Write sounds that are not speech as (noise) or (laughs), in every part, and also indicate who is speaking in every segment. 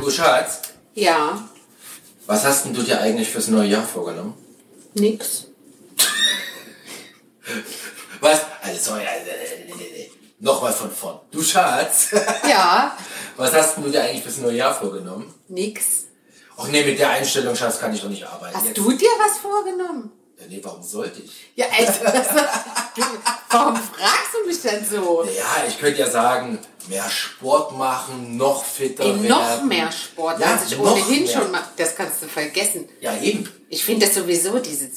Speaker 1: Du Schatz,
Speaker 2: Ja,
Speaker 1: was hast denn du dir eigentlich fürs neue Jahr vorgenommen?
Speaker 2: nix.
Speaker 1: Was? Also, sorry, also, äh, nee, nee, nee. nochmal von vorn. Du Schatz, (laughs)
Speaker 2: Ja,
Speaker 1: was hast denn du dir eigentlich fürs neue Jahr vorgenommen?
Speaker 2: nix.
Speaker 1: Och nee, mit der Einstellung, Schatz, kann ich doch nicht arbeiten.
Speaker 2: Hast
Speaker 1: Jetzt-
Speaker 2: du dir was vorgenommen?
Speaker 1: Ja, nee, warum sollte ich?
Speaker 2: Ja, echt. Das, du, warum fragst du mich denn so?
Speaker 1: Ja, ich könnte ja sagen, mehr Sport machen, noch fitter
Speaker 2: Ey, noch
Speaker 1: werden.
Speaker 2: mehr Sport,
Speaker 1: Ja,
Speaker 2: als ich
Speaker 1: noch
Speaker 2: ohnehin
Speaker 1: mehr.
Speaker 2: schon mache. Das kannst du vergessen.
Speaker 1: Ja, eben.
Speaker 2: Ich finde das sowieso, diese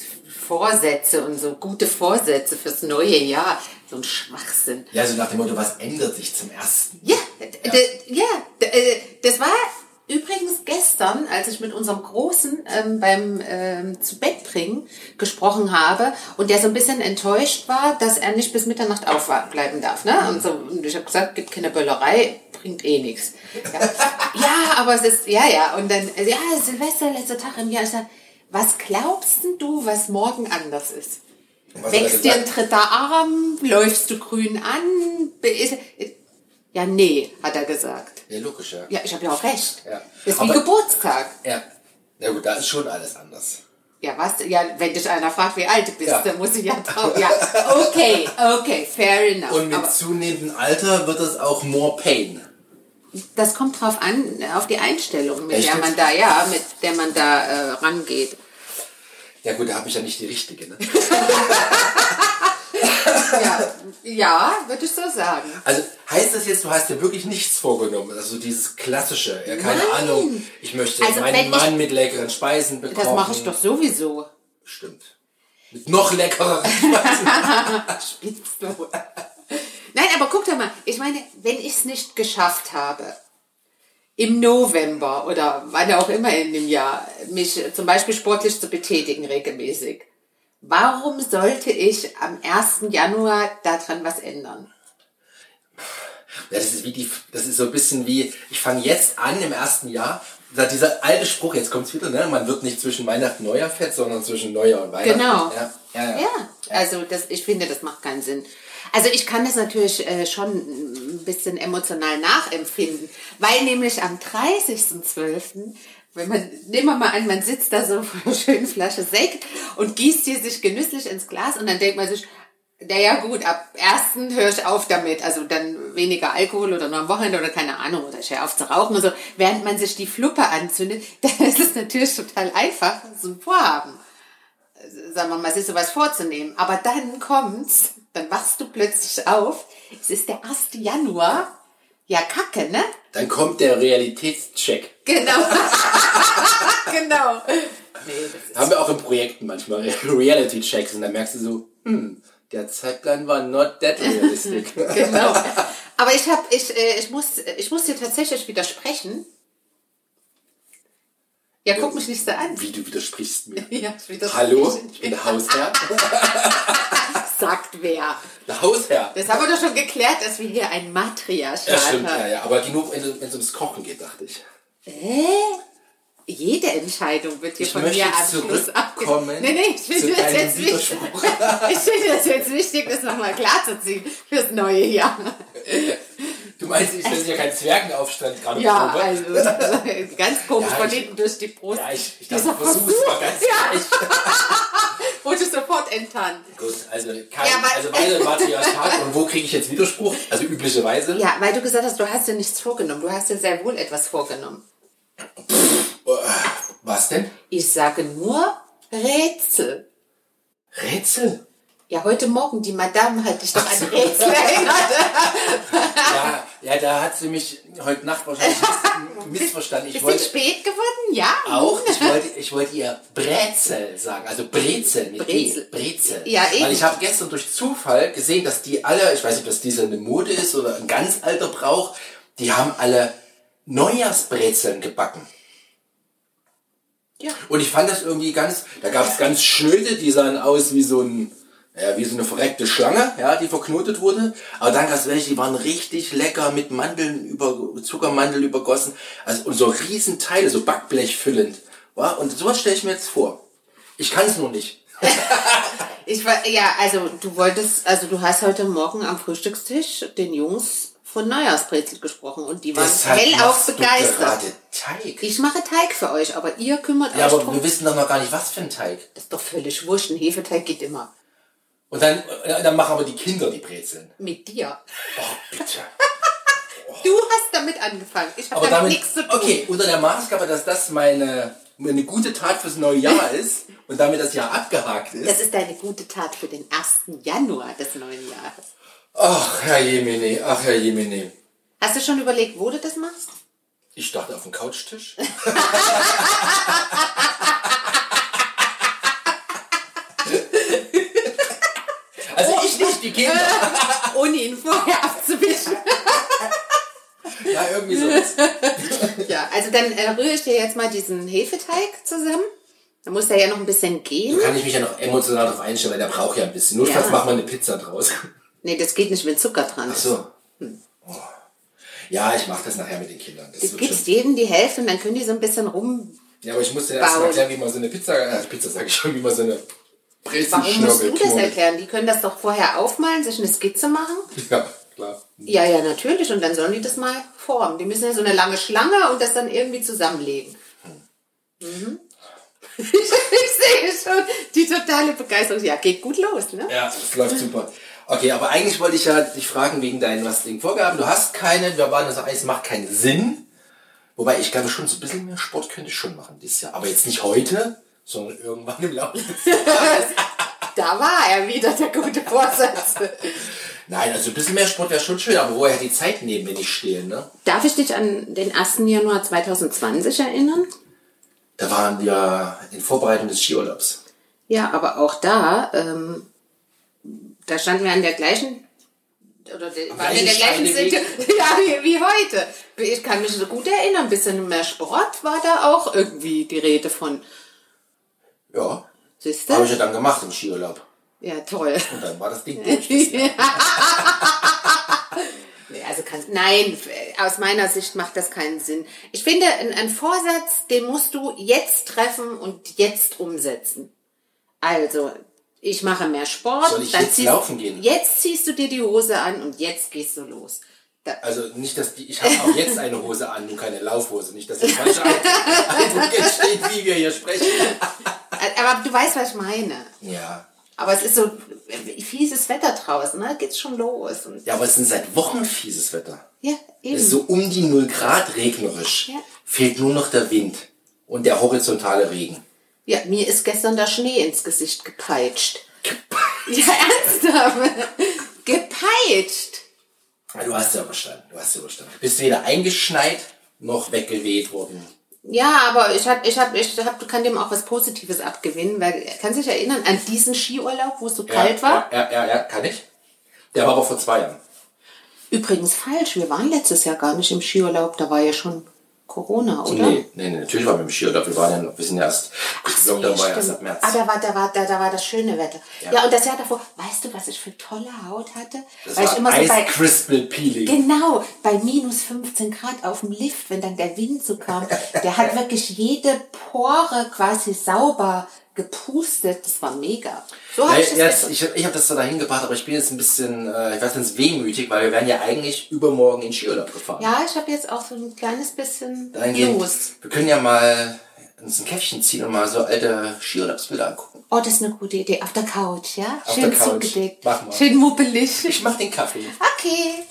Speaker 2: Vorsätze und so gute Vorsätze fürs neue Jahr, so ein Schwachsinn.
Speaker 1: Ja, so nach dem Motto, was ändert sich zum Ersten?
Speaker 2: Ja, d- d- ja, d- äh, das war übrigens gestern, als ich mit unserem Großen ähm, beim ähm, zu Bett bringen gesprochen habe und der so ein bisschen enttäuscht war, dass er nicht bis Mitternacht aufbleiben darf. Ne? Und, so, und ich habe gesagt, gibt keine Böllerei, bringt eh nichts. Ja. (laughs) ja, aber es ist, ja, ja. Und dann, äh, ja, Silvester, letzter Tag im Jahr. Ich sag, was glaubst denn du, was morgen anders ist?
Speaker 1: Was
Speaker 2: Wächst
Speaker 1: hat
Speaker 2: dir
Speaker 1: er
Speaker 2: ein
Speaker 1: gesagt?
Speaker 2: dritter Arm? Läufst du grün an? Be- ist- Ja, nee, hat er gesagt.
Speaker 1: Ja, logisch, ja.
Speaker 2: Ja, ich habe ja auch recht.
Speaker 1: Ja.
Speaker 2: Das ist wie
Speaker 1: Aber-
Speaker 2: Geburtstag.
Speaker 1: Ja. Na gut, da ist schon alles anders.
Speaker 2: Ja, was? Ja, wenn dich einer fragt, wie alt du bist,
Speaker 1: Ja.
Speaker 2: dann muss ich ja drauf. Ja, okay, okay, fair enough.
Speaker 1: Und mit
Speaker 2: Aber
Speaker 1: zunehmendem Alter wird es auch more pain.
Speaker 2: das kommt drauf an, auf die Einstellung, mit
Speaker 1: Echt
Speaker 2: der
Speaker 1: jetzt?
Speaker 2: man da, ja, mit der man da äh, rangeht.
Speaker 1: Ja gut, da habe ich ja nicht die richtige, ne?
Speaker 2: Ja, ja würde ich so sagen.
Speaker 1: Also heißt das jetzt, du hast dir wirklich nichts vorgenommen? Also dieses klassische, ja, keine
Speaker 2: Nein.
Speaker 1: Ahnung, ich möchte
Speaker 2: Also wenn
Speaker 1: meinen
Speaker 2: ich-
Speaker 1: Mann mit leckeren Speisen bekochen.
Speaker 2: Das mache ich doch sowieso.
Speaker 1: Stimmt. Mit noch leckereren Speisen.
Speaker 2: Spinnst du? (laughs) Nein, aber guck doch mal, ich meine, wenn ich es nicht geschafft habe, im November oder wann auch immer in dem Jahr, mich zum Beispiel sportlich zu betätigen regelmäßig, warum sollte ich am 1. Januar daran was ändern?
Speaker 1: ja, das ist wie die, das ist so ein bisschen wie, ich fange jetzt an im ersten Jahr. Da dieser alte Spruch, jetzt kommt's wieder, ne? Man wird nicht zwischen Weihnachten und Neujahr fett, sondern zwischen Neujahr und Weihnachten.
Speaker 2: Genau.
Speaker 1: Ja, ja, ja.
Speaker 2: Ja, also das, ich finde, das macht keinen Sinn. Also ich kann das natürlich äh, schon ein bisschen emotional nachempfinden, weil nämlich am 30.12., wenn man, nehmen wir mal an, man sitzt da so (laughs) vor einer schönen Flasche Sekt und gießt hier sich genüsslich ins Glas und dann denkt man sich, naja gut, ab 1. höre ich auf damit, also dann weniger Alkohol oder nur am Wochenende oder keine Ahnung, oder ich höre auf zu rauchen oder so, während man sich die Fluppe anzündet, (laughs) dann ist es natürlich total einfach, so ein Vorhaben sagen wir mal, sich sowas vorzunehmen. Aber dann kommt's, dann wachst du plötzlich auf. Es ist der 1. Januar. Ja, kacke, ne?
Speaker 1: Dann kommt der Realitätscheck.
Speaker 2: Genau. (laughs) genau. Nee, das ist
Speaker 1: Haben wir auch in Projekten manchmal (laughs) Reality-Checks und dann merkst du so, hm, der Zeitplan war not that
Speaker 2: (laughs)
Speaker 1: realistic.
Speaker 2: genau. Aber ich hab, ich, äh, ich muss, äh, ich muss dir tatsächlich widersprechen. Ja, guck mich nicht so an. (laughs)
Speaker 1: Wie du widersprichst mir.
Speaker 2: Ja, ich widerspreche.
Speaker 1: Hallo, ich bin der
Speaker 2: (laughs)
Speaker 1: Hausherr.
Speaker 2: Sagt wer.
Speaker 1: Der Hausherr.
Speaker 2: Das haben wir doch schon geklärt, dass wir hier ein Matriarchat
Speaker 1: Ja, stimmt,
Speaker 2: haben.
Speaker 1: ja, ja. Aber nur, wenn es ums Kochen geht, dachte ich.
Speaker 2: Jede Entscheidung wird hier
Speaker 1: Ich
Speaker 2: von
Speaker 1: möchte
Speaker 2: mir am Schluss
Speaker 1: zurückkommen
Speaker 2: abge- Nee, nee, ich
Speaker 1: zu
Speaker 2: finde das
Speaker 1: deinem
Speaker 2: jetzt wichtig.
Speaker 1: Widerspruch.
Speaker 2: (laughs) Ich finde das jetzt wichtig, das nochmal klarzuziehen fürs neue Jahr.
Speaker 1: Du meinst, ich setze ja keinen Zwergenaufstand gerade
Speaker 2: Ja,
Speaker 1: drüber?
Speaker 2: also (laughs) ganz komisch
Speaker 1: Ja,
Speaker 2: von
Speaker 1: ich-
Speaker 2: hinten durch die Brust.
Speaker 1: Ja, ich, ich dachte,
Speaker 2: Dieser
Speaker 1: versuch es mal ganz
Speaker 2: Ja.
Speaker 1: gleich.
Speaker 2: (laughs) Wurde sofort enttarnt.
Speaker 1: Gut, also, kein,
Speaker 2: Ja, aber-
Speaker 1: also
Speaker 2: (laughs)
Speaker 1: weiter Matriarchat. Und wo kriege ich jetzt Widerspruch? Also üblicherweise.
Speaker 2: Ja, weil du gesagt hast, du hast dir nichts vorgenommen. Du hast dir sehr wohl etwas vorgenommen.
Speaker 1: Was denn?
Speaker 2: Ich sage nur Rätsel. (laughs)
Speaker 1: Rätsel?
Speaker 2: Ja, heute Morgen, die Madame hat dich doch an Rätsel erinnert.
Speaker 1: Ja, ja, da hat sie mich heute Nacht
Speaker 2: (laughs)
Speaker 1: wahrscheinlich miss- missverstanden. Ich
Speaker 2: Bisschen
Speaker 1: wollte
Speaker 2: spät geworden, ja.
Speaker 1: auch, ich wollte, ich wollte ihr Brezel sagen, also Brezel mit
Speaker 2: Brezel.
Speaker 1: E, Brezel.
Speaker 2: Ja, eben.
Speaker 1: Weil ich habe gestern durch Zufall gesehen, dass die alle, ich weiß nicht, ob das diese eine Mode ist oder ein ganz alter Brauch, die haben alle Neujahrsbrezeln gebacken.
Speaker 2: Ja.
Speaker 1: Und ich fand das irgendwie ganz, da gab es ganz schnöde, die sahen aus wie so ein, ja, wie so eine verreckte Schlange, ja, die verknotet wurde. Aber dann gab es welche, die waren richtig lecker mit Mandeln über, Zuckermandeln übergossen. Also, und so riesen Teile, so Backblech füllend. Ja, und sowas stelle ich mir jetzt vor. Ich kann es nur nicht.
Speaker 2: Ich war, ja, also du wolltest, also du hast heute Morgen am Frühstückstisch den Jungs von Neujahrsbrezel gesprochen und die waren
Speaker 1: Deshalb
Speaker 2: hellauf
Speaker 1: halt machst du
Speaker 2: begeistert.
Speaker 1: gerade Teig?
Speaker 2: Ich mache Teig für euch, aber ihr kümmert
Speaker 1: Ja,
Speaker 2: euch
Speaker 1: aber
Speaker 2: drum.
Speaker 1: wir wissen doch noch gar nicht, was für ein Teig.
Speaker 2: Das ist doch völlig wurscht. Ein Hefeteig geht immer.
Speaker 1: Und dann, äh, dann machen aber die Kinder die Brezeln.
Speaker 2: Mit dir.
Speaker 1: Oh, (laughs) bitte.
Speaker 2: Du hast damit angefangen. Ich habe
Speaker 1: Oh. Aber
Speaker 2: damit,
Speaker 1: damit,
Speaker 2: nichts zu tun.
Speaker 1: okay, unter der Maßgabe, dass das meine, meine gute Tat fürs neue (laughs) Jahr ist und damit das Jahr abgehakt ist.
Speaker 2: Das ist eine gute Tat für den 1. Januar des neuen Jahres.
Speaker 1: Ach, Herr Jemine, ach, Herr Jemine.
Speaker 2: Hast du schon überlegt, wo du das machst?
Speaker 1: Ich dachte auf dem (laughs) Couchtisch. also ich nicht, die Kinder.
Speaker 2: Ohne ihn vorher abzuwischen.
Speaker 1: Ja, irgendwie (laughs) so.
Speaker 2: ja, also dann äh, rühre ich dir jetzt mal diesen Hefeteig zusammen. Da muss der ja noch ein bisschen gehen.
Speaker 1: Kann ich mich ja noch emotional darauf einstellen, weil der braucht ja ein bisschen. Notfalls
Speaker 2: Ja.
Speaker 1: machen wir eine Pizza draus. (laughs)
Speaker 2: Nee, das geht nicht, wenn Zucker dran
Speaker 1: Ach
Speaker 2: ist.
Speaker 1: so. Oh. Ja, ich mache das nachher mit den Kindern. Das
Speaker 2: Hm. Du
Speaker 1: wird schon.
Speaker 2: gibst jedem die Hälfte und dann können die so ein bisschen rum.
Speaker 1: Ja, aber ich musste erst mal
Speaker 2: Bauen.
Speaker 1: erklären, wie man so eine Pizza, äh, Pizza sag ich schon, wie man so eine
Speaker 2: Warum musst du
Speaker 1: Brezenschnurgel
Speaker 2: das
Speaker 1: knurgelt.
Speaker 2: erklären? Die können das doch vorher aufmalen, sich eine Skizze machen.
Speaker 1: (laughs) Ja, klar.
Speaker 2: Ja, ja, natürlich. Und dann sollen die das mal formen. Die müssen ja so eine lange Schlange und das dann irgendwie zusammenlegen. Mhm. (laughs) ich sehe schon die totale Begeisterung. Ja, geht gut los, ne?
Speaker 1: Ja, es läuft super. Okay, aber eigentlich wollte ich ja dich fragen wegen deinen was Ding Vorgaben. Du hast keine, wir waren also es macht keinen Sinn. Wobei ich glaube schon so ein bisschen mehr Sport könnte ich schon machen dieses Jahr, aber jetzt nicht heute, sondern irgendwann im Laufe. des-
Speaker 2: Da war er wieder, der gute Vorsatz.
Speaker 1: Nein, also ein bisschen mehr Sport wäre schon schön, aber woher die Zeit nehmen, wenn ich stehe, ne?
Speaker 2: Darf ich dich an den 1. Januar 2020 erinnern?
Speaker 1: Da waren wir in Vorbereitung des Skiurlaubs.
Speaker 2: Ja, aber auch da, ähm, da standen wir an der gleichen, oder de, waren wir in der
Speaker 1: gleichen
Speaker 2: gleichen
Speaker 1: Stelle
Speaker 2: Situation, (laughs) ja, wie, wie heute. Ich kann mich so gut erinnern, ein bisschen mehr Sport war da auch irgendwie die Rede von.
Speaker 1: Ja,
Speaker 2: Siehst
Speaker 1: habe ich
Speaker 2: du?
Speaker 1: ja dann gemacht im Skiurlaub.
Speaker 2: Ja, toll.
Speaker 1: Und dann war das Ding durch.
Speaker 2: Nee, Also kann, nein, f- aus meiner Sicht macht das keinen Sinn. Ich finde, ein, ein Vorsatz, den musst du jetzt treffen und jetzt umsetzen. Also, ich mache mehr Sport.
Speaker 1: Soll ich jetzt
Speaker 2: ziehst-
Speaker 1: laufen gehen?
Speaker 2: Jetzt ziehst du dir die Hose an und jetzt gehst du los. Da,
Speaker 1: Also nicht, dass die, ich habe auch jetzt eine Hose an und keine Laufhose. Nicht, dass das falsche Eindruck entsteht, wie wir hier sprechen.
Speaker 2: aber du weißt, was ich meine.
Speaker 1: Ja.
Speaker 2: Aber es ist so äh, fieses Wetter draußen, ne? Geht's schon los. Und,
Speaker 1: Ja, aber es ist seit Wochen fieses Wetter.
Speaker 2: ja,
Speaker 1: Es ist
Speaker 2: eben.
Speaker 1: so um die 0 Grad regnerisch.
Speaker 2: Ja.
Speaker 1: Fehlt nur noch der Wind und der horizontale Regen.
Speaker 2: Ja, mir ist gestern der Schnee ins Gesicht gepeitscht. Gepeitscht? Ja, (laughs) ernsthaft. gepeitscht.
Speaker 1: Ah, Du hast ja überstanden. Du hast ja überstanden. Bist weder eingeschneit noch weggeweht worden.
Speaker 2: Ja, aber ich hab, ich hab, ich hab, kann dem auch was Positives abgewinnen, weil kannst du dich erinnern an diesen Skiurlaub, wo es so kalt war?
Speaker 1: Ja, ja, ja, ja, kann ich. Der war aber vor zwei Jahren.
Speaker 2: Übrigens falsch, wir waren letztes Jahr gar nicht im Skiurlaub, da war ja schon Corona, oder?
Speaker 1: Nee, nee, nee, natürlich waren wir im Skiurlaub. Wir waren ja, wir sind ja erst, Ach
Speaker 2: So,
Speaker 1: Lockdown war ja
Speaker 2: stimmt.
Speaker 1: erst ab März.
Speaker 2: Ah, da war, da, war, da, da war das schöne Wetter.
Speaker 1: Ja.
Speaker 2: Ja. und das Jahr davor, weißt du, was ich für tolle Haut hatte?
Speaker 1: Das
Speaker 2: Weil
Speaker 1: war
Speaker 2: ich immer so bei,
Speaker 1: Ice Crystal Peeling.
Speaker 2: Genau, bei minus 15 Grad auf dem Lift, wenn dann der Wind so kam,
Speaker 1: (laughs)
Speaker 2: der hat wirklich jede Pore quasi sauber gepustet. Das war mega. So
Speaker 1: Ja,
Speaker 2: habe ich das
Speaker 1: jetzt,
Speaker 2: gesehen.
Speaker 1: ich ich habe das so dahin gebracht, aber ich bin jetzt ein bisschen, äh, ich weiß nicht, wehmütig, weil wir wären ja eigentlich übermorgen in Skiurlaub gefahren.
Speaker 2: Ja, ich habe jetzt auch so ein kleines bisschen
Speaker 1: Dahingehend,
Speaker 2: los.
Speaker 1: wir können ja mal uns ein Käffchen ziehen und mal so alte Skiurlaubsbilder angucken.
Speaker 2: Oh, das ist eine gute Idee. Auf der Couch, ja?
Speaker 1: Auf
Speaker 2: Schön
Speaker 1: der Couch.
Speaker 2: zugedeckt.
Speaker 1: Mach mal.
Speaker 2: Schön muppelig.
Speaker 1: Ich mach den Kaffee.
Speaker 2: Okay.